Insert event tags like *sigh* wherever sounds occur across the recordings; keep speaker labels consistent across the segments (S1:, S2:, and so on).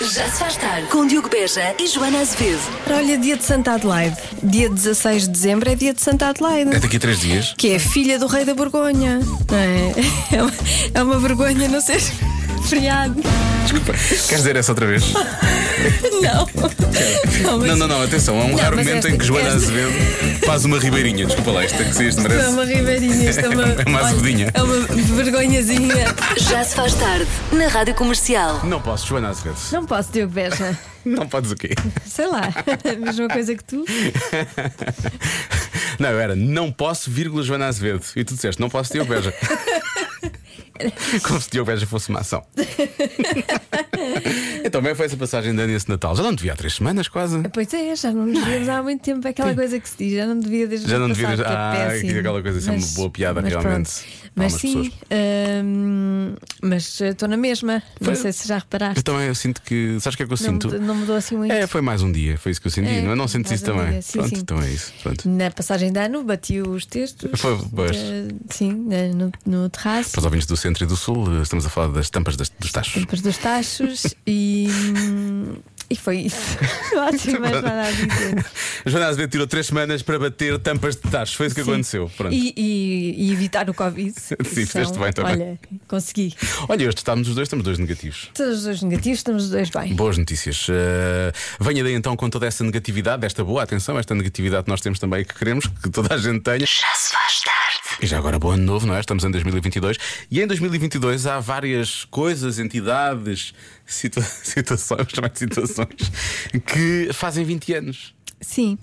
S1: Já se faz tarde com Diogo Beja e Joana Azevedo.
S2: Olha, dia de Santa Adelaide. Dia 16 de dezembro é dia de Santa
S3: É
S2: Adelaide.
S3: daqui a três dias.
S2: Que é filha do rei da Borgonha. não É, é, uma, é uma vergonha não ser *laughs* feriado.
S3: Desculpa. Queres dizer essa outra vez?
S2: Não. Não, mas
S3: Não, não, não, atenção. Há um raro
S2: mas é assim,
S3: momento
S2: esta-
S3: em que Joana
S2: esta-
S3: Azevedo faz uma ribeirinha. Desculpa lá, isto é que se isto
S2: isto é
S3: merece.
S2: uma ribeirinha, isto é uma.
S3: *laughs* É uma
S2: olha,
S3: azedinha.
S2: É uma vergonhazinha.
S1: Já se faz tarde na Rádio Comercial.
S3: Não posso, Joana Azevedo.
S2: Não posso, Diogo Beja.
S3: Não podes o quê?
S2: Sei lá. *laughs* é A mesma coisa que tu.
S3: Não, era não posso, vírgula Joana Azevedo. E tu disseste, não posso
S2: *laughs*
S3: Diogo Beja. Como se Diogo Beja fosse
S2: *laughs*
S3: uma ação. então, bem, foi essa passagem de ano esse Natal. Já não devia há três semanas, quase.
S2: Pois é, já não nos vimos há muito tempo. É Aquela coisa que se diz, já não devia desde
S3: Já não devia
S2: passado,
S3: desde-
S2: que é
S3: Ah,
S2: péssimo.
S3: aquela coisa, isso é uma boa piada,
S2: mas
S3: realmente,
S2: pronto.
S3: para
S2: Mas
S3: algumas
S2: sim,
S3: pessoas.
S2: hum, mas estou na mesma. Não
S3: Foi-
S2: sei se já reparaste.
S3: Eu também Então, eu sinto que. Sabes o que é que eu
S2: Não,
S3: sinto?
S2: mudou- não mudou assim muito.
S3: É, foi mais um dia, foi isso que eu senti.
S2: É,
S3: não, é? não sentes
S2: mais
S3: isso
S2: um
S3: também.
S2: dia, sim,
S3: Pronto,
S2: sim.
S3: então é isso. Pronto.
S2: Na passagem de ano bati os textos.
S3: Foi, pois.
S2: eh, sim, né, no, no terraço.
S3: Para os ouvintes do centro e do sul, eh, estamos a falar das tampas das- dos tachos.
S2: Depois dos tachos e. hum, E foi
S3: *laughs*
S2: isso. Não há assim mais nada a dizer.
S3: *laughs* Joana Azevedo tirou três semanas para bater tampas de tachos. Foi isso que
S2: Sim.
S3: aconteceu. Pronto.
S2: E, e- e evitar o Covid. Sim,
S3: fizeste bem também.
S2: Olha, consegui.
S3: Olha, hoje estamos os dois, estamos dois negativos.
S2: Todos os dois negativos, estamos os dois bem.
S3: Boas notícias. Eh, venha daí então com toda essa negatividade, esta boa atenção, esta negatividade que nós temos também e que queremos que toda a gente tenha.
S1: Já se faz tarde.
S3: E já agora, bom ano novo, não é? Estamos em 2022 e em 2022 há várias coisas, entidades, situa- *laughs* situações, mais situações, que fazem 20 anos.
S2: Sim.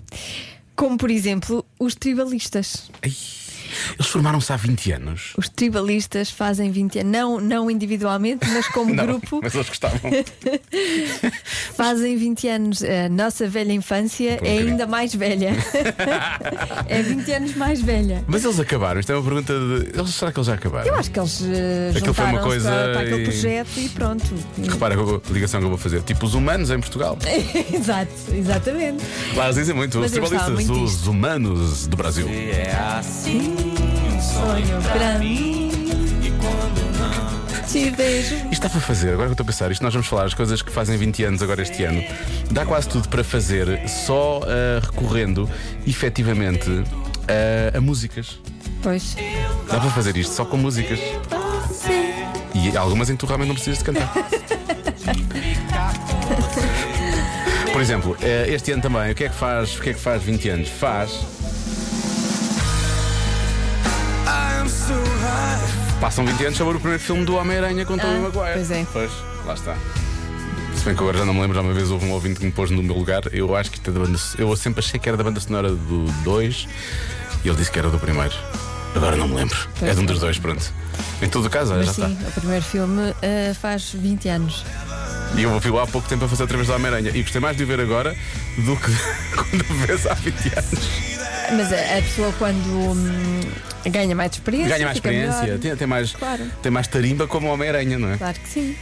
S2: Como, por exemplo, os tribalistas.
S3: Ai, eles formaram-se há 20 anos.
S2: Os tribalistas fazem 20 anos, não, não individualmente, mas
S3: *laughs*
S2: como
S3: Não,
S2: Um *laughs* grupo,
S3: Mas eles gostavam.
S2: fazem 20 anos. A nossa velha infância
S3: Por um
S2: é
S3: bocadinho.
S2: ainda mais
S3: *laughs*
S2: velha. é 20 anos mais velha.
S3: mas eles acabaram. Isto é uma pergunta de. Eles, será que eles já acabaram?
S2: Eu acho que eles eh,
S3: Aquilo foi uma
S2: juntaram-se
S3: coisa
S2: para, para aquele
S3: e-
S2: projeto e pronto.
S3: Repara a ligação que eu vou fazer. Tipo os humanos em Portugal.
S2: *laughs* Exato, exatamente.
S3: Lá eles dizem muito, os
S2: Mas eu gostava
S3: tribalistas,
S2: muito
S3: os humanos do Brasil.
S2: Sonho grande. Te vejo.
S3: Isto dá para fazer, agora que eu estou a pensar, isto nós vamos falar as coisas que fazem 20 anos agora este ano. Dá quase tudo para fazer só ah, recorrendo efetivamente ah, a músicas.
S2: Pois.
S3: Dá para fazer isto só com músicas. E algumas em que tu realmente não precisas de cantar. Por exemplo, eh, este ano também, o que é que faz, o que é que faz 20 anos? Faz. Passam 20 anos sobre o primeiro filme do Homem-Aranha com Tobey
S2: Ah,
S3: Maguire.
S2: pois é.
S3: Pois, lá está. Se bem que agora já não me lembro, já uma vez houve um ouvinte que me pôs no meu lugar. Eu acho que isto é da banda. Eu sempre achei que era da banda sonora do 2 e ele disse que era do primeiro. Agora não me lembro.
S2: Pois.
S3: É de um dos dois, pronto. Em todo o caso,
S2: Mas
S3: já
S2: sim, o primeiro filme eh, faz 20 anos.
S3: está. E eu vi lá há pouco tempo a fazer através da Homem-Aranha. E gostei mais de o ver agora do que *laughs* quando vês há 20 anos.
S2: Mas a, a pessoa quando hum, ganha mais experiência.
S3: Ganha mais
S2: fica
S3: experiência,
S2: melhor.
S3: tem, tem mais,
S2: Claro.
S3: tem mais tarimba como o Homem-Aranha, não é?
S2: Claro que sim.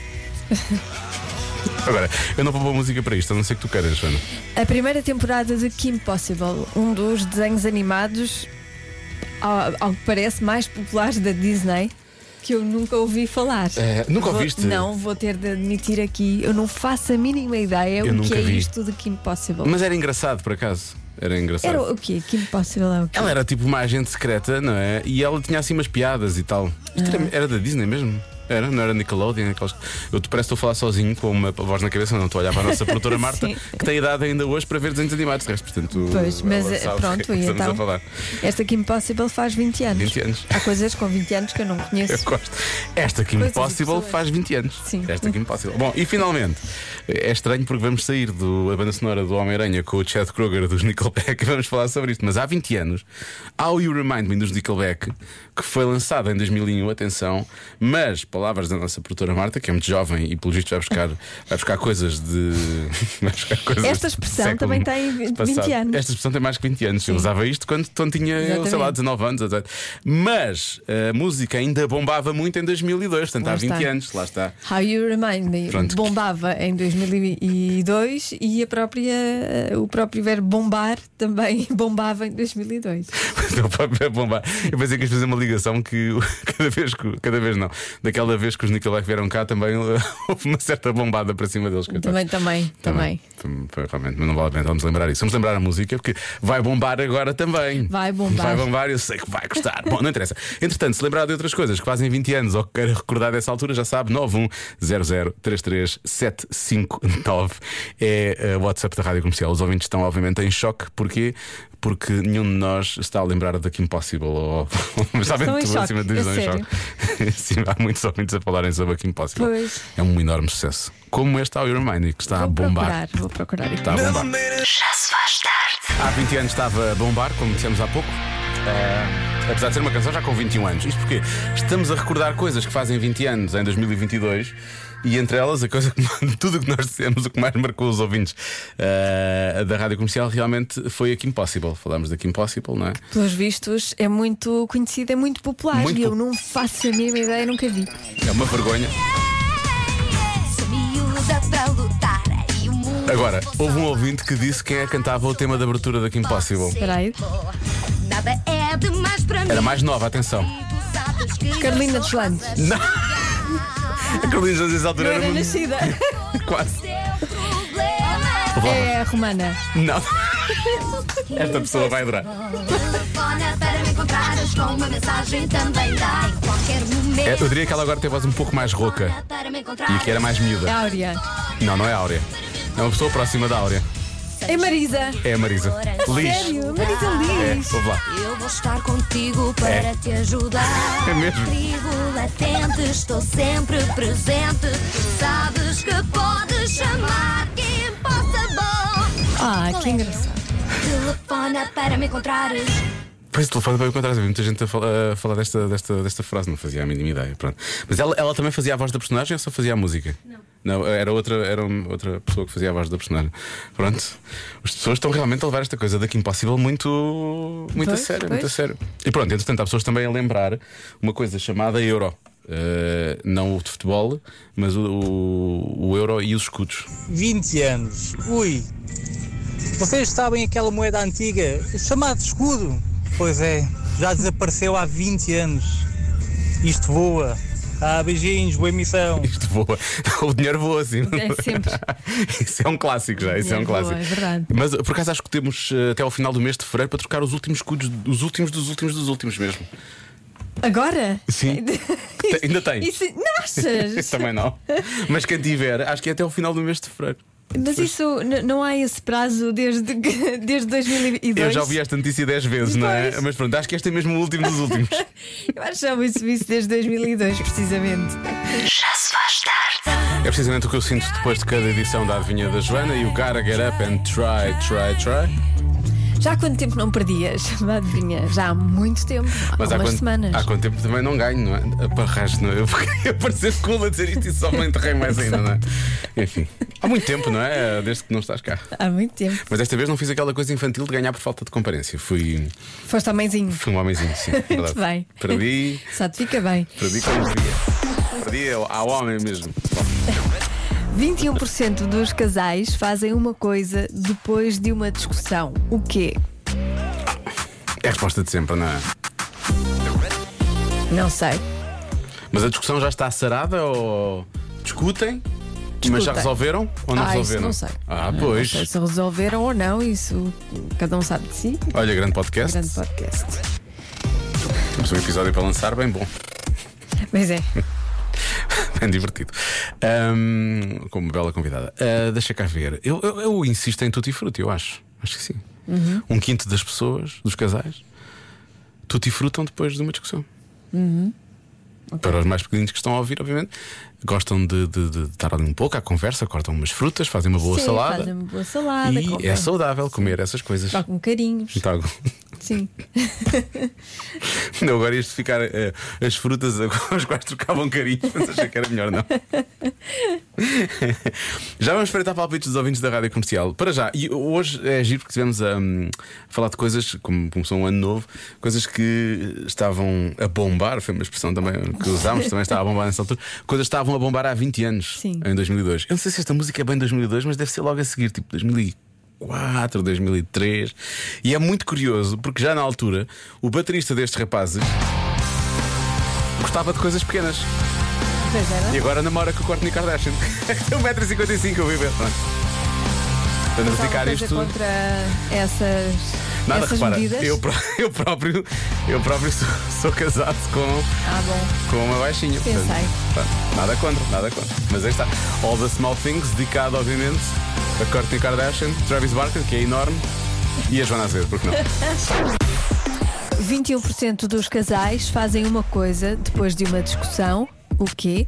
S3: Agora, eu não vou pôr música para isto, a não ser que tu queiras, Joana.
S2: A primeira temporada de Kim Possible, um dos desenhos animados, ao, ao que parece, mais populares da Disney, que eu nunca ouvi falar.
S3: É, nunca
S2: Vou-
S3: ouviste?
S2: Não, vou ter de admitir aqui, eu não faço a mínima ideia
S3: Eu
S2: o que
S3: nunca
S2: é
S3: vi.
S2: isto de Kim Possible.
S3: Mas era engraçado, por acaso. Era engraçado.
S2: Era o quê? Kim Possible é o quê?
S3: Ela era tipo uma agente secreta, não é? E ela tinha assim umas piadas e tal. Isto
S2: Ah.
S3: era, era da Disney mesmo? Era, não era Nickelodeon? Aquelas... Eu te parece que estou a falar sozinho com uma voz na cabeça, não estou a olhar para a nossa produtora
S2: *laughs*
S3: Marta,
S2: Sim.
S3: que tem idade ainda hoje para ver desenhos animados. De resto, portanto,
S2: Pois, mas,
S3: ela
S2: eh,
S3: sabe
S2: pronto,
S3: do que
S2: e
S3: estamos
S2: então?
S3: a falar.
S2: Esta Kim Possible faz 20 anos.
S3: 20 anos.
S2: Há coisas com 20 anos que eu não
S3: Eu
S2: conheço.
S3: gosto. Esta Kim
S2: Coisas de
S3: Possible
S2: pessoas.
S3: faz 20 anos.
S2: Sim.
S3: Esta Kim Possible. Bom, e finalmente, é estranho porque vamos sair do- da banda sonora do Homem-Aranha com o Chad Kroger dos Nickelback e vamos falar sobre isto. Mas há 20 anos, How You Remind Me dos Nickelback, que foi lançada em 2001, atenção, mas, palavras da nossa produtora Marta, que é muito jovem e pelo visto vai buscar, vai buscar coisas de. *laughs* vai buscar coisas
S2: Esta
S3: do
S2: expressão
S3: século
S2: também tem 20
S3: passado.
S2: anos.
S3: Esta expressão tem mais que 20 anos. Eu usava isto quando, quando tinha, eu, sei lá,
S2: Exatamente.
S3: 19 anos, 18. Mas eh, a música ainda bombava muito em 2002, portanto
S2: Lá
S3: há 20
S2: está.
S3: anos, lá está. *laughs*
S2: How You Remind Me
S3: Pronto.
S2: bombava em 2002 e a própria, o próprio verbo bombar também *laughs* bombava em 2002.
S3: *laughs* Deu para- para bombar. Eu pensei que ias fazer uma ligação que cada vez, que- cada vez não. Daquelas Aquela vez que os Nickelback vieram cá também *laughs* houve uma certa bombada para cima deles. coitados.
S2: Também, também, também.
S3: Tam- foi Realmente, mas não vale a pena vamos lembrar isso. Vamos lembrar a música porque vai bombar agora também.
S2: Vai bombar.
S3: Vai bombar, eu sei que vai gostar. Bom, não interessa. Entretanto, se lembrar de outras coisas que fazem 20 anos ou que queira recordar dessa altura, já sabe, 910033759 é uh, o WhatsApp da Rádio Comercial. Os ouvintes estão, obviamente, em choque. Porquê? Porque nenhum de nós está a lembrar da Kim Possible ou. Mas está
S2: Estão
S3: bem,
S2: em
S3: tu acima
S2: choque,
S3: disso,
S2: a
S3: estão em choque. *laughs* Sim, há muitos ouvintes a falarem sobre a Kim Possible.
S2: Pois.
S3: É um enorme sucesso. Como este All Your Mind, que está
S2: Vou
S3: a Ah, bombar. Tá
S2: procurar, vou procurar.
S3: Está a bombar.
S1: Já se faz tarde.
S3: Há 20 anos estava a bombar, como dissemos há pouco. Eh, apesar de ser uma canção já com 21 anos. Isto porque estamos a recordar coisas que fazem 20 anos em 2022 e entre elas a coisa que *laughs* tudo o que nós dissemos, o que mais marcou os ouvintes eh, da rádio comercial realmente foi a Kim Possible. Falámos da Kim Possible, não é?
S2: Pelos vistos, é muito conhecida, é muito popular
S3: Muito
S2: e eu
S3: pop-
S2: não faço a mínima ideia, nunca vi.
S3: É uma vergonha.
S4: Sou miúda pra lutar e o mundo
S3: Agora, houve um ouvinte que disse quem é que cantava o tema de abertura da Kim Possible.
S2: Espera aí.
S4: Nada é demais pra mim.
S3: Era mais nova, atenção.
S4: Tu sabes que
S2: Carolina
S4: eu sou
S2: Deslandes.
S4: rosa,
S3: Não. A Carolina José nessa altura era uma-
S2: nascida.
S3: quase.
S4: seu problema.
S2: É romana.
S3: Não. Esta pessoa vai adorar.
S4: Telefona para me encontrares com uma mensagem também dá em qualquer
S3: É,
S4: momento.
S3: eu diria que ela agora tem a voz um pouco mais rouca
S4: Para me
S3: e
S4: encontrar.
S3: que era mais
S2: É
S3: miúda.
S2: Áurea.
S3: Não, não é Áurea. É uma pessoa próxima da Áurea.
S2: É Marisa.
S3: É a Marisa. Liz.
S2: Sério, Marisa
S3: É,
S2: Liz.
S3: ouve lá.
S4: Eu vou estar contigo para
S3: É.
S4: te ajudar.
S3: *laughs* É mesmo.
S4: Trigo latente, estou sempre presente. Tu sabes que podes chamar quem possa bom.
S3: É.
S2: Ah, que engraçado.
S4: Telefona para me encontrares.
S3: Pois o telefone para encontrar. Havia muita gente a fal- a falar desta, desta, desta frase, não fazia a mínima ideia. Pronto. Mas ela, ela também fazia a voz da personagem ou só fazia a música? Não. Não, era outra, era um- outra pessoa que fazia a voz da personagem. Pronto. As pessoas estão realmente a levar esta coisa daqui impossível muito, muito a
S2: Pois,
S3: sério,
S2: pois.
S3: muito a sério. E pronto, entretanto, há pessoas também a lembrar uma coisa chamada Euro. Eh, não o de futebol, mas o, o, o euro e os escudos.
S5: 20 anos. Ui! Vocês sabem aquela moeda antiga, o chamado escudo? Pois é, já desapareceu há 20 anos. Isto voa. Ah, beijinhos, boa emissão.
S3: Isto voa. *laughs* O dinheiro voa assim.
S2: É sempre.
S3: *laughs* Isso é um clássico já, isso é um
S2: Boa,
S3: clássico.
S2: é verdade.
S3: Mas por acaso acho que temos eh, até ao final do mês de fevereiro para trocar os últimos escudos, os últimos dos últimos dos últimos mesmo.
S2: Agora? *laughs*
S3: Sim. Te- ainda tens?
S2: Isso,
S3: *laughs*
S2: é não achas?
S3: Isso
S2: *laughs*
S3: também não. Mas quem tiver, acho que é até ao final do mês de fevereiro.
S2: Mas isso n- não há esse prazo desde, que- *laughs* desde 2002.
S3: Eu já ouvi esta notícia 10 vezes, não é?
S2: Pois.
S3: Mas pronto, acho que este é mesmo o último
S2: *laughs*
S3: dos últimos.
S2: Eu acho que já ouvi isso desde 2002, precisamente.
S1: Já se faz tarde.
S3: é precisamente o que eu sinto depois de cada edição da Adivinha da Joana e o cara get up and try, try, try.
S2: Já há quanto tempo não perdias? Adivinha? *laughs* Já há muito tempo. há umas
S3: quanto,
S2: semanas.
S3: há quanto tempo também não ganho, não é? Aparras, não é? Eu queria parecer cool a dizer isto e só me enterrei mais ainda, não é? Enfim, há muito tempo, não é? Desde que não estás cá.
S2: Há muito tempo.
S3: Mas desta vez não fiz aquela coisa infantil de ganhar por falta de comparência. Fui,
S2: Foste mãezinho.
S3: fui um homenzinho,
S2: *laughs*
S3: sim. verdade.
S2: bem.
S3: Perdi,
S2: Só te fica bem.
S3: perdi como devia. Perdi ao, ao homem mesmo.
S2: 21% dos casais fazem uma coisa depois de uma discussão. O quê?
S3: É a resposta de sempre, não é?
S2: Não sei.
S3: Mas a discussão já está sarada ou discutem? Mas já
S2: Discutem.
S3: resolveram ou não
S2: Ah, isso
S3: resolveram?
S2: não sei.
S3: Ah,
S2: Não sei
S3: pois.
S2: se resolveram ou não, isso cada um sabe de si.
S3: Olha, grande podcast.
S2: Grande podcast.
S3: Temos um episódio para lançar, bem bom.
S2: Mas é.
S3: *laughs* Bem É divertido. Ahm, com uma bela convidada. Ah, deixa cá ver. Eu, eu, eu insisto em tutti frutti, eu acho. Acho que sim.
S2: Uhum.
S3: Um quinto das pessoas, dos casais, tutti frutam depois de uma discussão.
S2: Uhum.
S3: Para os mais pequeninos que estão a ouvir, obviamente, gostam de, de, de estar ali um pouco à conversa, cortam umas frutas, fazem uma boa
S2: Sim,
S3: salada.
S2: Fazem uma boa salada.
S3: e
S2: comem.
S3: é saudável comer essas coisas.
S2: Trocam carinhos.
S3: Então, *laughs*
S2: Sim.
S3: não, agora isto de ficar eh, as frutas *laughs* com as quais trocavam carinho, mas achei que era melhor não. já vamos espreitar palpites dos ouvintes da rádio comercial. Para já, e hoje é giro porque estivemos a hum, falar de coisas, como começou um ano novo, coisas que estavam a bombar, foi uma expressão também que usámos, também estava a bombar nessa altura, coisas que estavam a bombar há 20 anos,
S2: Sim.
S3: em 2002. Eu não sei se esta música é bem 2002, mas deve ser logo a seguir, tipo 2004, 2003. E é muito curioso porque já na altura o baterista destes rapazes gostava de coisas pequenas.
S2: Pois era.
S3: E agora namora com o Courtney Kardashian. *laughs* um Tem 1,55m a viver. Pronto. Para
S2: Só uma
S3: ficar
S2: coisa
S3: isto tudo.
S2: contra essas,
S3: Nada,
S2: é essas
S3: repara,
S2: medidas.
S3: eu, pró- *laughs* eu próprio, eu próprio sou, sou casado com,
S2: Ah, bom.
S3: com uma baixinha.
S2: Pensei.
S3: pronto, nada contra, nada contra. Mas aí está. All the Small Things, dedicado, obviamente, a Courtney Kardashian, Travis Barker, que é enorme, e a Joana
S2: *laughs*
S3: Azevedo, porque não?
S2: 21% dos casais fazem uma coisa depois de uma discussão. O quê?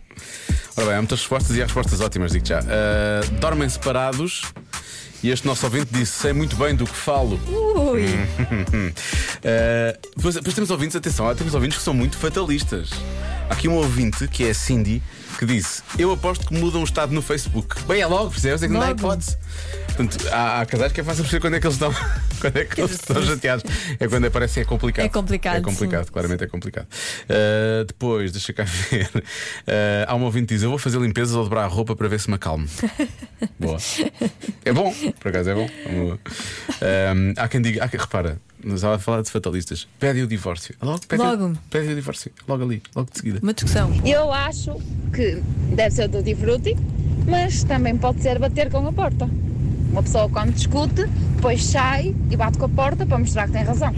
S3: Ora bem, há muitas respostas e há respostas ótimas, digo já. Ah, dormem separados. E este nosso ouvinte disse: sei muito bem do que falo.
S2: Ui,
S3: Hum. *laughs* Ah, depois, depois temos ouvintes, atenção, há- temos ouvintes que são muito fatalistas. Há aqui um ouvinte, que é a Cindy, que disse: Eu aposto que mudam o estado no Facebook. Bem, é logo, percebes? É que não dá
S2: Logo.
S3: hipótese. Portanto, há, há casais que é fácil perceber quando é que eles estão, *laughs* quando é que eles estão chateados. É quando aparece, é complicado.
S2: É complicado,
S3: É complicado, claramente é complicado. Ah, depois, deixa cá *laughs* ver. Ah, há um ouvinte que diz: Eu vou fazer limpezas ou dobrar a roupa para ver se me acalmo. Boa. É bom, por acaso é bom. É uma boa. Ahm, há quem diga, há quem- repara, nós estava a falar de fatalistas. Pede o divórcio. Logo, pede,
S2: Logo.
S3: pede o divórcio. Logo ali, logo de seguida.
S2: uma discussão.
S6: Eu acho que deve ser o tutti frutti, mas também pode ser bater com a porta. Uma pessoa quando discute, depois sai e bate com a porta para mostrar que tem razão.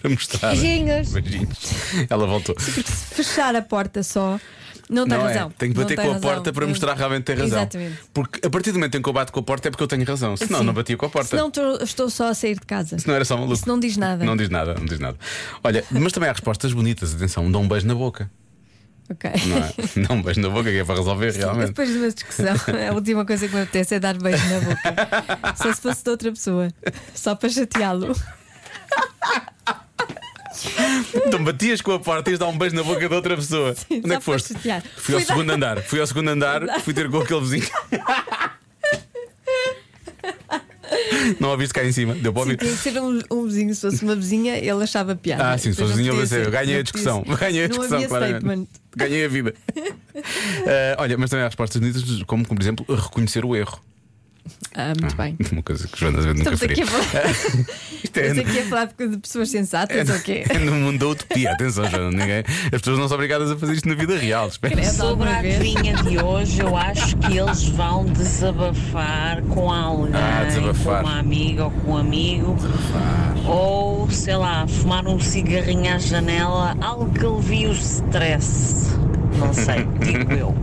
S3: Para mostrar.
S6: Beijinhos.
S3: Beijinhos. Ela voltou.
S2: Porque se fechar a porta só, não tem
S3: Não
S2: razão.
S3: é? Tenho que
S2: Não tem
S3: bater com a
S2: razão.
S3: porta para
S2: Não-
S3: mostrar que realmente tem razão.
S2: Exatamente.
S3: Porque a partir do momento em que eu bato com a porta é porque eu tenho razão. Senão,
S2: Sim.
S3: não batia com a porta.
S2: Senão tô- estou só a sair de casa.
S3: Se não era só maluco.
S2: Isso não diz nada.
S3: Não diz nada, não diz nada. Olha, mas também há respostas bonitas, atenção, dá um beijo na boca,
S2: Ok.
S3: não
S2: *laughs*
S3: é? Dá um beijo na boca que é para resolver realmente.
S2: Depois de uma discussão, *laughs* a última coisa que me apetece é dar beijo na boca. Só se fosse de outra pessoa. Só para
S3: *laughs*
S2: chateá-lo.
S3: Então batias com a porta e ias dar um beijo na boca de outra pessoa. Onde
S2: só
S3: é que
S2: para
S3: foste?
S2: chatear.
S3: Fui ao
S2: Fui dar-
S3: segundo andar. Fui ao segundo andar, fui ter com aquele
S2: *laughs*
S3: vizinho. Não ouviste cá em cima? Deu para
S2: Sim,
S3: ouvir?
S2: tinha que ser um, um vizinho. Se fosse uma vizinha, ele achava piada.
S3: Ah, sim, se
S2: Depois
S3: fosse
S2: não
S3: vizinho, eu
S2: podia
S3: pensei,
S2: ser,
S3: eu ganhei
S2: não
S3: a discussão.
S2: podia ser.
S3: Ganhei a
S2: não
S3: discussão,
S2: havia
S3: claramente.
S2: statement.
S3: Ganhei
S2: *laughs*
S3: a vida. Ah, olha, mas também há respostas bonitas, como, por exemplo, reconhecer o erro.
S2: Ah, muito bem.
S3: Uma coisa que Joana Azevedo nunca
S2: Estamos aqui
S3: faria.
S2: a falar,
S3: Isto *laughs* é-
S2: estamos aqui a falar de pessoas sensatas ou quê?
S3: é no mundo da utopia, atenção, Joana. Ninguém, as pessoas não são obrigadas a fazer isto na vida real. Espera.
S2: Credo,
S7: Sobre
S2: É alguma
S7: a
S2: vez?
S7: adivinha de hoje, eu acho que eles vão desabafar com alguém,
S3: Ah, desabafar.
S7: com uma amiga ou com um amigo, ou sei lá, fumar um cigarrinho à janela, algo que alivie o stress. Não sei, digo eu.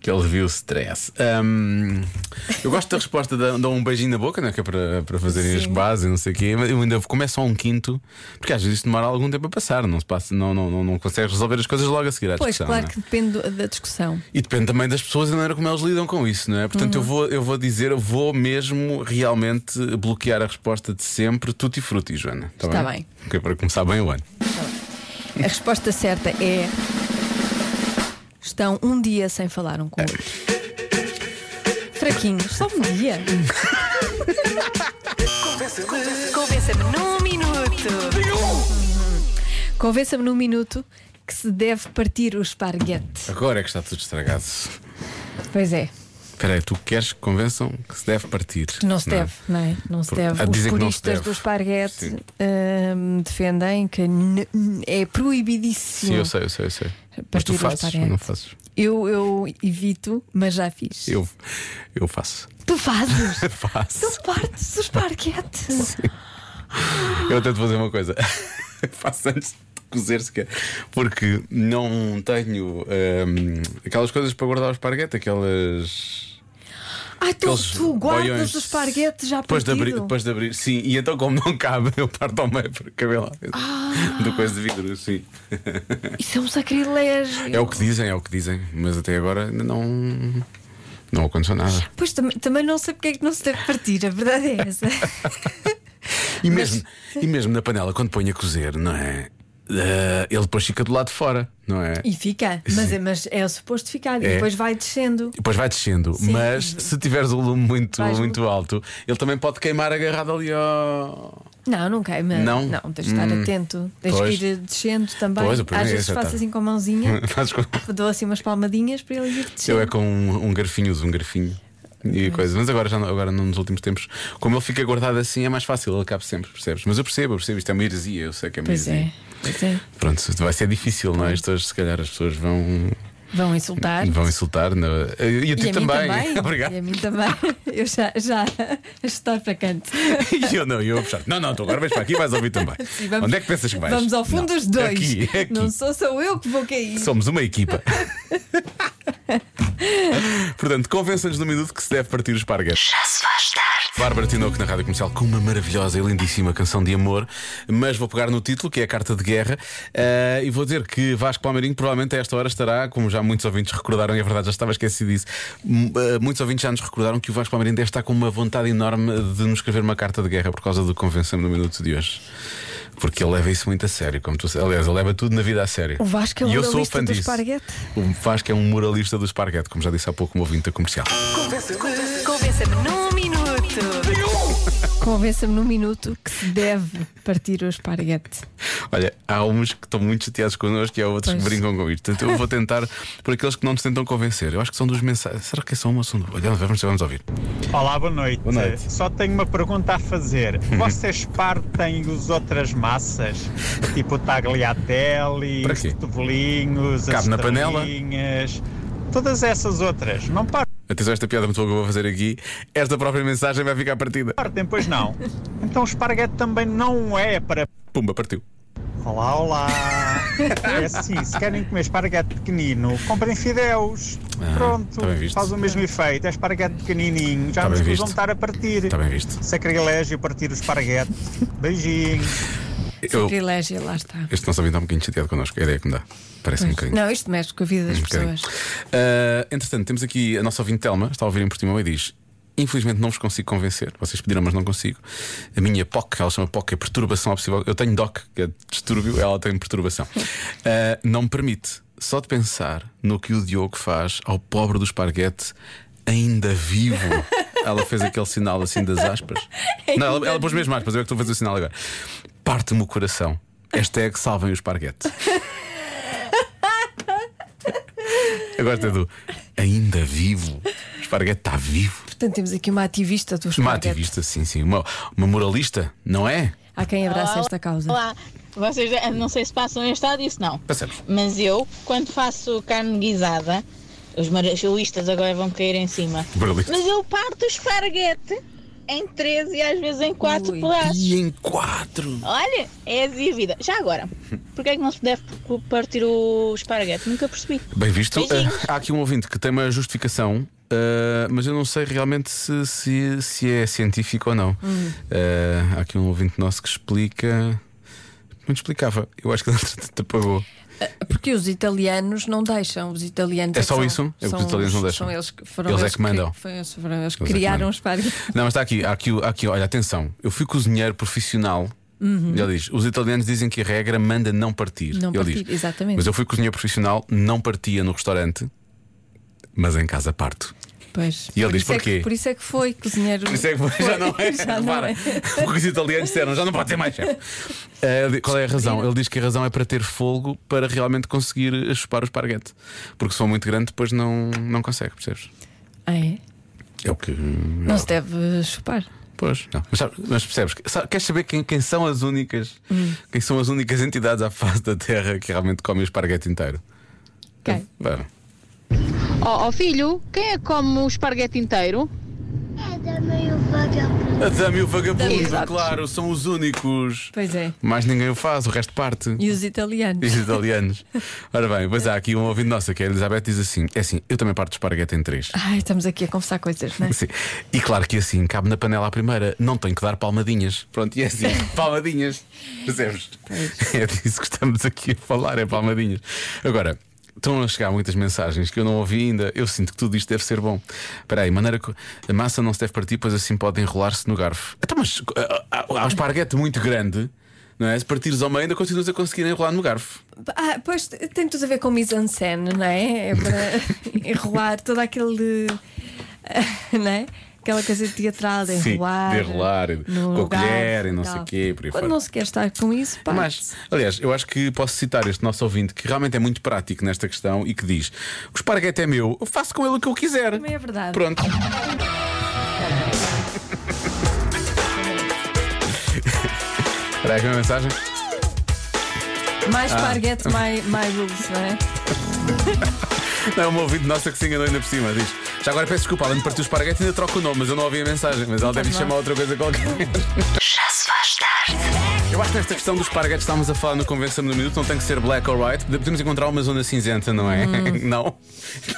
S3: Que ele viu o stress. Ahm, eu gosto da resposta da, dá um beijinho na boca, não é? Que é para, para fazerem as
S2: Sim.
S3: bases, não sei o quê. Mas eu ainda começo só um quinto, porque às vezes isto demora algum tempo a passar, não, se passa, não, não, não, não consegues resolver as coisas logo a seguir à
S2: Pois,
S3: discussão,
S2: claro
S3: não é?
S2: que depende do- da discussão.
S3: E depende também das pessoas e da maneira como elas lidam com isso, não é? Portanto,
S2: Uhum.
S3: eu, vou, eu vou dizer, eu vou mesmo realmente bloquear a resposta de sempre, tutti frutti, Joana. Está,
S2: Está
S3: bem? Ok, para começar bem o ano.
S2: A resposta certa é. Estão um dia sem falar um com o outro. Fraquinhos, só um dia.
S1: Convença-me num minuto.
S2: Convença-me num minuto que se deve partir o esparguete.
S3: Agora é que está tudo estragado.
S2: Pois é,
S3: Espera aí, tu queres que convençam que se deve partir?
S2: que não se
S3: é?
S2: deve, não é? Não se
S3: Por-
S2: deve.
S3: a
S2: Os
S3: dizer que não se
S2: puristas
S3: deve.
S2: do esparguete
S3: Sim.
S2: hum, defendem que n- n- é proibidíssimo.
S3: Sim, eu sei, eu sei, eu sei. Mas
S2: Partir
S3: tu
S2: o
S3: fazes ou
S2: esparguete.
S3: não fazes?
S2: Eu, eu evito, mas já fiz.
S3: Eu, eu faço. *laughs*
S2: Tu fazes?
S3: Faço.
S2: tu partes o esparguete.
S3: Eu tento fazer uma coisa. *laughs* faço antes de cozer sequer. Porque não tenho hum, aquelas coisas para guardar o esparguete, aquelas.
S2: Ai, tu,
S3: aqueles
S2: tu guardas
S3: boiões.
S2: o esparguete já
S3: depois de, abrir,
S2: partido?
S3: depois de abrir, sim. E então, como não cabe, eu parto ao meio para caber lá.
S2: Ah.
S3: Do coisa de vidro, sim.
S2: Isso é um sacrilégio.
S3: É o que dizem, é o que dizem. Mas até agora ainda não. Não aconteceu nada.
S2: Pois tam- também não sei porque é que não se deve partir, a verdade é
S3: *laughs*
S2: essa.
S3: E mesmo, e mesmo na panela, quando põe a cozer, não é? Eh, ele depois fica do lado de fora, não é?
S2: E fica, mas é, mas é suposto ficar, e
S3: É.
S2: depois vai descendo.
S3: Depois vai descendo,
S2: Sim.
S3: mas se tiveres o lume muito,
S2: Vais-
S3: muito alto, ele também pode queimar agarrado
S2: *laughs*
S3: ali ao.
S2: Não, não queima.
S3: Não?
S2: não tens de estar
S3: Hum,
S2: atento. Tens
S3: pois.
S2: que ir descendo também.
S3: Pois, o problema
S2: Às
S3: é
S2: vezes
S3: esse,
S2: faço
S3: tá.
S2: assim com a
S3: *laughs*
S2: mãozinha,
S3: Fazes com-
S2: dou assim umas palmadinhas para ele ir
S3: Eu
S2: descendo.
S3: é com um, um garfinho, uso um garfinho. E coisa. Mas agora, já, não- agora não, nos últimos tempos, como ele fica guardado assim, é mais fácil, ele cabe sempre, percebes? Mas eu percebo, eu percebo, isto é uma heresia, eu sei que é uma
S2: Pois
S3: heresia.
S2: é, pois é.
S3: Pronto, vai ser difícil, não é? Isto hoje, se calhar, as pessoas vão.
S2: Vão insultar.
S3: Vão insultar. na- E a ti
S2: E a
S3: também.
S2: mim também.
S3: *laughs* Obrigado.
S2: E a mim também. *laughs* Eu já, já *laughs* a chutar para
S3: *laughs*
S2: canto.
S3: E eu não, e eu a puxar. Não, não, tu agora vais para aqui e vais ouvir também.
S2: Sim, vamos-
S3: Onde é que pensas que vais?
S2: Vamos ao fundo
S3: Não,
S2: dos dois.
S3: Aqui, é aqui.
S2: Não sou só eu que vou cair.
S3: Somos uma equipa. *laughs* Portanto, convença-nos no minuto que se deve partir os pargas. Já se faz tarde. Bárbara Tinoco na rádio comercial com uma maravilhosa e lindíssima canção de amor, mas vou pegar no título, que é a Carta de Guerra, eh, e vou dizer que Vasco Palmeirinho provavelmente a esta hora estará, como já muitos ouvintes recordaram, e a verdade já estava esquecido disso, m- eh, muitos ouvintes já nos recordaram que o Vasco Palmeirinho deve estar com uma vontade enorme de nos escrever uma carta de guerra por causa do Convenção no Minuto de hoje. Porque ele leva isso muito a sério, como tu Aliás, ele leva tudo na vida a sério.
S2: O Vasco é um
S3: E eu sou
S2: moralista
S3: fã
S2: do
S3: disso.
S2: esparguete.
S3: O Vasco é um moralista do esparguete, como já disse há pouco, um ouvinte da comercial.
S1: Convença-me num minuto.
S2: Convença-me num minuto que se deve partir o esparguete.
S3: Olha, há uns que estão muito chateados connosco e há outros que
S2: Pois.
S3: brincam com isto. Portanto, eu vou tentar por aqueles que não nos tentam convencer. Eu acho que são dos mensagens. Será que é só uma ou são duas? Olha, vamos, vamos ouvir.
S8: Olá, boa noite.
S3: Boa noite. Uhum.
S8: Só tenho uma pergunta a fazer. Vocês partem os outras massas? Tipo tagliatelle,
S3: Para
S8: os
S3: quê?
S8: tobolinhos, as
S3: Cabe na panela?
S8: estrelinhas, Todas essas outras. Não
S3: Atenção a esta piada muito boa que eu vou fazer aqui. Esta própria mensagem vai ficar partida.
S8: partem,
S3: *laughs*
S8: pois não. Então o esparguete também não é para
S3: Pumba, partiu.
S8: Olá,
S3: *laughs*
S8: olá! É assim, se querem comer esparguete pequenino, comprem fideus.
S3: Ah,
S8: Pronto,
S3: tá bem visto.
S8: faz o mesmo efeito. É esparguete pequenininho, já
S3: Tá
S8: nos
S3: bem
S8: precisam
S3: visto.
S8: estar a partir.
S3: Está bem visto.
S8: Sacrilégio partir o esparguete. Beijinhos.
S3: Eu,
S2: Privilégio, lá está.
S3: este nosso ouvinte está um bocadinho chateado connosco. É a ideia que me dá. Parece-me um bocadinho.
S2: Não, isto mexe com a vida das
S3: Um bocadinho.
S2: pessoas.
S3: Ah, entretanto, temos aqui a nossa ouvinte Telma, está a ouvir em Portimão e diz: Infelizmente não vos consigo convencer. Vocês pediram, mas não consigo. A minha POC, ela chama POC, é perturbação obsessiva. Eu tenho DOC, que é distúrbio, ela tem perturbação. Ah, não me permite. Só de pensar no que o Diogo faz ao pobre do esparguete, ainda vivo. Ela fez aquele sinal assim das aspas. Não, ela, ela pôs mesmo aspas, eu é que estou a fazer o sinal agora. Parte-me o coração. Esta é que salvem o esparguete. Agora gosto é do ainda vivo. O esparguete está vivo.
S2: Portanto, temos aqui uma ativista do
S3: Uma
S2: esparguete.
S3: ativista, sim, sim. Uma, uma moralista, não é?
S2: Há quem abraça esta causa.
S9: Olá, vocês eh, não sei se passam em estado isso não.
S3: Passamos.
S9: Mas eu, quando faço carne guisada, os marachuístas agora vão cair em cima.
S3: Moralista.
S9: Mas eu parto o esparguete em 13 e às vezes em 4
S2: Ui.
S9: pedaços.
S3: E em quatro.
S9: Olha, é a vida. Já agora, porquê é que não se deve partir o esparguete? Nunca percebi.
S3: Bem visto.
S9: Oh, Beijinhos.
S3: Ah, há aqui um ouvinte que tem uma justificação. ah, mas eu não sei realmente se, se, se é científico ou não.
S9: Hum.
S3: Ah, há aqui um ouvinte nosso que explica. Não explicava. Eu acho que ele *laughs* te apagou.
S2: Porque os italianos não deixam. Os italianos
S3: É
S2: que
S3: só
S2: são-
S3: isso? É porque os
S2: são
S3: italianos não
S2: os-
S3: deixam.
S2: São eles que foram
S3: Eles é que mandam.
S2: que- foi- foram eles que
S3: Eles é que mandam.
S2: criaram o esparguete.
S3: Não, mas está aqui, há aqui, há aqui, olha, atenção, eu fui cozinheiro profissional. Ele diz: os italianos dizem que a regra manda não partir.
S2: Uhum. Não
S3: Ele
S2: partir,
S3: diz,
S2: exatamente.
S3: Mas eu fui cozinheiro profissional, não partia no restaurante, mas em casa parto.
S2: Pois.
S3: E ele
S2: por
S3: diz
S2: isso é que-
S3: porquê?
S2: por isso é que foi cozinheiro.
S3: Por isso é que já não
S2: *laughs*
S3: é.
S2: Já não
S3: repara.
S2: é.
S3: Porque os italianos disseram: já não pode ter mais chefe. Eh, ele diz, qual é a razão? Ele diz que a razão é para ter fogo para realmente conseguir chupar o esparguete. Porque se for muito grande, depois não, não consegue, percebes?
S2: Ah, é?
S3: É o que.
S2: Não se deve chupar.
S3: Pois, não. Mas, sabe- mas percebes? que- sabe- Queres saber quem, quem são as únicas
S2: Hum.
S3: quem são as únicas entidades à face da Terra que realmente comem o esparguete inteiro?
S2: Quem?
S3: Bem,
S10: Ó filho, quem é que come o esparguete inteiro?
S4: É da meio vagabundo.
S3: a Dama e o vagabundo,
S2: Exato.
S3: claro, são os únicos.
S2: Pois é.
S3: Mais ninguém o faz, o resto parte.
S2: E os italianos?
S3: Diz os
S2: *laughs*
S3: italianos. Ora bem, pois há aqui um ouvinte nossa que é a Elizabeth diz assim: é assim, eu também parto de esparguete em três.
S2: Ai, estamos aqui a conversar coisas, não é?
S3: Sim. E claro que assim, cabe na panela à primeira, não tenho que dar palmadinhas. Pronto, e é assim, palmadinhas. Percebes? É disso que estamos aqui a falar, é palmadinhas. Agora. Estão a chegar muitas mensagens que eu não ouvi ainda. Eu sinto que tudo isto deve ser bom. Espera aí, maneira que a massa não se deve partir, pois assim pode enrolar-se no garfo. Então, mas ah, ah, há um esparguete muito grande, não é? Se partires ao meio, ainda continuas a conseguir enrolar no garfo.
S2: Ah, pois tem tudo a ver com mise en scène, não é? É
S3: *laughs*
S2: para enrolar todo aquele. não é? Aquela coisa teatral de
S3: Sim,
S2: enrolar.
S3: de enrolar,
S2: no
S3: com a
S2: garfo
S3: colher e não sei
S2: tal.
S3: quê, por aí
S2: Quando
S3: fora.
S2: não se quer estar com isso, pá.
S3: Mas, aliás, eu acho que posso citar este nosso ouvinte que realmente é muito prático nesta questão e que diz: o esparguete é meu, eu faço com ele o que eu quiser.
S2: Também é verdade.
S3: Pronto. Espera aí, aqui uma mensagem. Ah.
S2: Mais esparguete, mais, mais rules, não é?
S3: Não, é uma ouvinte nossa que se enganou ainda por cima. Diz: Já agora peço desculpa, além de partir o esparguete, ainda troco o nome, mas eu não ouvi a mensagem. Mas ela deve lhe chamar outra coisa qualquer.
S4: Já se faz tarde.
S3: Eu acho que nesta questão dos esparguetes estávamos a falar no Convença-me no Minuto, não tem que ser black or white. Podemos encontrar uma zona cinzenta, não é? *laughs* Não?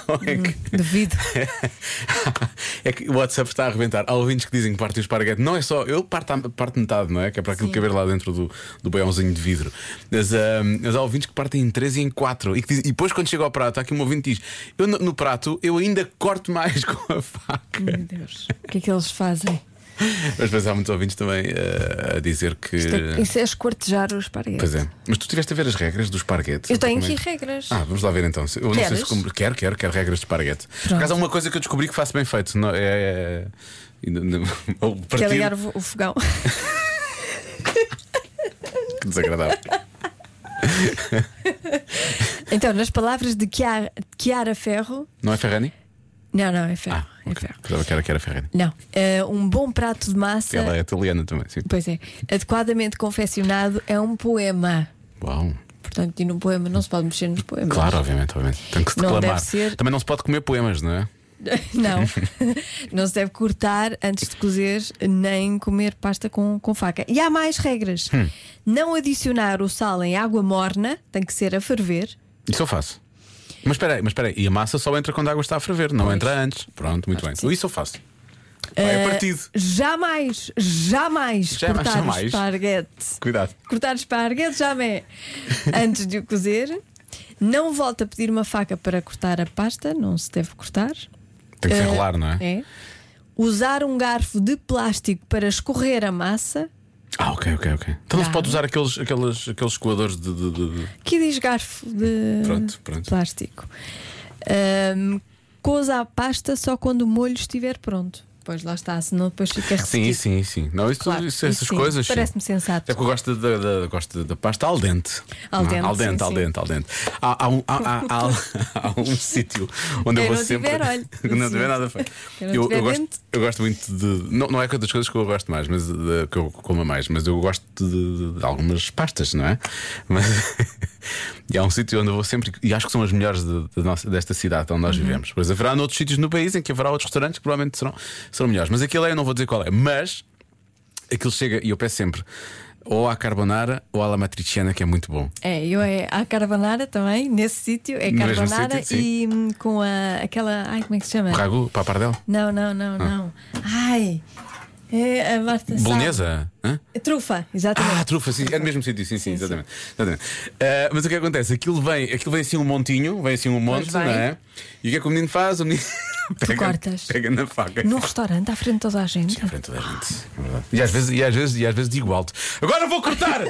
S3: Não é que.
S2: Devido.
S3: é que o WhatsApp está a arrebentar. Há ouvintes que dizem que partem o esparguete. Não é só. Eu parto, a- parto metade, não é? Que é para aquilo caber lá dentro do, do baiãozinho de vidro. Mas, ahm, mas há ouvintes que partem em 3 e em 4. E, que dizem- e depois, quando chega ao prato, há aqui um ouvinte que diz: Eu no, no prato, eu ainda corto mais *laughs* com a faca.
S2: Meu Deus. O que é que eles fazem?
S3: Eh, Mas, mas há muitos ouvintes também eh, a dizer que.
S2: Hum. Isto é, isso é esquartejar os esparguete.
S3: Pois é. Mas tu tiveste a ver as regras dos esparguete?
S2: Eu tenho aqui
S3: Como é
S2: regras.
S3: Ah, vamos lá ver então. Eu não sei
S2: Queres?
S3: se como... Quero, quero, quero regras de esparguete. Por acaso há uma coisa que eu descobri que faço bem feito. Não, é. é- não- *laughs* ou
S2: Quer
S3: partir-
S2: ligar o vo- o
S3: *laughs*
S2: fogão?
S3: Que desagradável.
S2: Então, nas palavras de Chiara, Chiara Ferro.
S3: Não é Ferrani?
S2: Não, *laughs* não, é ferro. é
S3: Ah, ok.
S2: ferro.
S3: Pensava que era, que era Ferrani.
S2: Não. é um bom prato de massa,
S3: Ela é italiana também, sim.
S2: pois é, adequadamente confeccionado, é um poema.
S3: Uau.
S2: Portanto, e num poema não se pode mexer nos poemas.
S3: Claro, obviamente, obviamente. Tem que se
S2: Não
S3: declamar.
S2: deve ser.
S3: Também não se pode comer poemas, não é?
S2: *laughs* Não. *laughs* não se deve cortar antes de cozer, nem comer pasta com, com faca. E há mais regras.
S3: Hum.
S2: Não adicionar o sal em água morna, tem que ser a ferver.
S3: Isso eu faço. Mas espera aí, mas espera aí. E a massa só entra quando a água está a ferver, não entra antes. Pronto, muito bem. Isso eu faço. Vai
S2: Eh,
S3: a partido.
S2: Jamais, jamais,
S3: Jamais,
S2: cortar
S3: jamais.
S2: esparguete.
S3: Cuidado.
S2: Cortar esparguete jamais. é. Antes de o cozer, não volta a pedir uma faca para cortar a pasta, não se deve cortar.
S3: Tem que se
S2: Eh,
S3: enrolar, não é?
S2: É. Usar um garfo de plástico para escorrer a massa.
S3: Ah, ok, ok, ok. Então não
S2: Tá.
S3: se pode usar aqueles, aqueles, aqueles coadores de- de- de- de...
S2: Que diz garfo de
S3: Pronto, pronto.
S2: plástico. Ahm, coza a pasta só quando o molho estiver pronto. Pois lá está, senão depois fica
S3: Sim,
S2: ressetido.
S3: sim, sim. Não, isso,
S2: Claro,
S3: isso-
S2: isso
S3: essas
S2: sim.
S3: coisas. sim.
S2: Parece-me sensato.
S3: É porque eu gosto da, da- gosto da pasta al dente.
S2: Al
S3: Não é?
S2: dente,
S3: al dente,
S2: sim,
S3: al
S2: sim.
S3: dente, al dente. Há, há um, há- há- há- há um *laughs* sítio onde
S2: Quem
S3: eu vou
S2: não
S3: sempre.
S2: tiver, olha.
S3: Quem *laughs* não tiver nada feito.
S2: Quem não
S3: Eu,
S2: tiver
S3: eu, gosto,
S2: dente.
S3: eu gosto muito de. Não, não é das coisas que eu gosto mais, mas de- que eu como mais, mas eu gosto de, de algumas pastas, não é? *laughs* Mas. E há um sítio onde eu vou sempre e acho que são as melhores de- de nossa- desta cidade onde nós vivemos. Pois haverá noutros sítios no país em que haverá outros restaurantes que provavelmente serão, serão melhores. Mas aquilo é, eu não vou dizer qual é. Mas aquilo chega e eu peço sempre ou à carbonara ou à la matriciana, que é muito bom.
S2: É, eu é a carbonara também, nesse sítio, é
S3: No mesmo
S2: carbonara
S3: sítio, sim.
S2: e hum, com a, aquela. Ai, como é que se chama?
S3: O ragu, papardel?
S2: Não, não, não, não. Ai, é a Marta sabe. É
S3: Bolonhesa? Hã?
S2: Trufa, exatamente.
S3: Ah, trufa, sim, é no mesmo sítio, sim, sim, exatamente. exatamente. Ah, mas o que acontece? Aquilo vem, aquilo vem assim um montinho, vem assim um monte,
S2: Pois vai.
S3: não é? E o que é que o menino faz? O menino *laughs* pega,
S2: cortas.
S3: pega na faca. *laughs*
S2: Num restaurante, à frente de toda a gente.
S3: À frente de toda a gente. é verdade. E às vezes, e às vezes, e às vezes digo alto: Agora vou *laughs* cortar!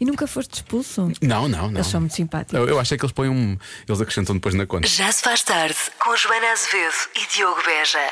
S2: E nunca foste expulso?
S3: não, não, não.
S2: Eles são muito simpáticos.
S3: Eu, eu achei que eles põem um. Eles acrescentam depois na conta.
S1: Já se faz tarde com Joana Azevedo e Diogo Beja.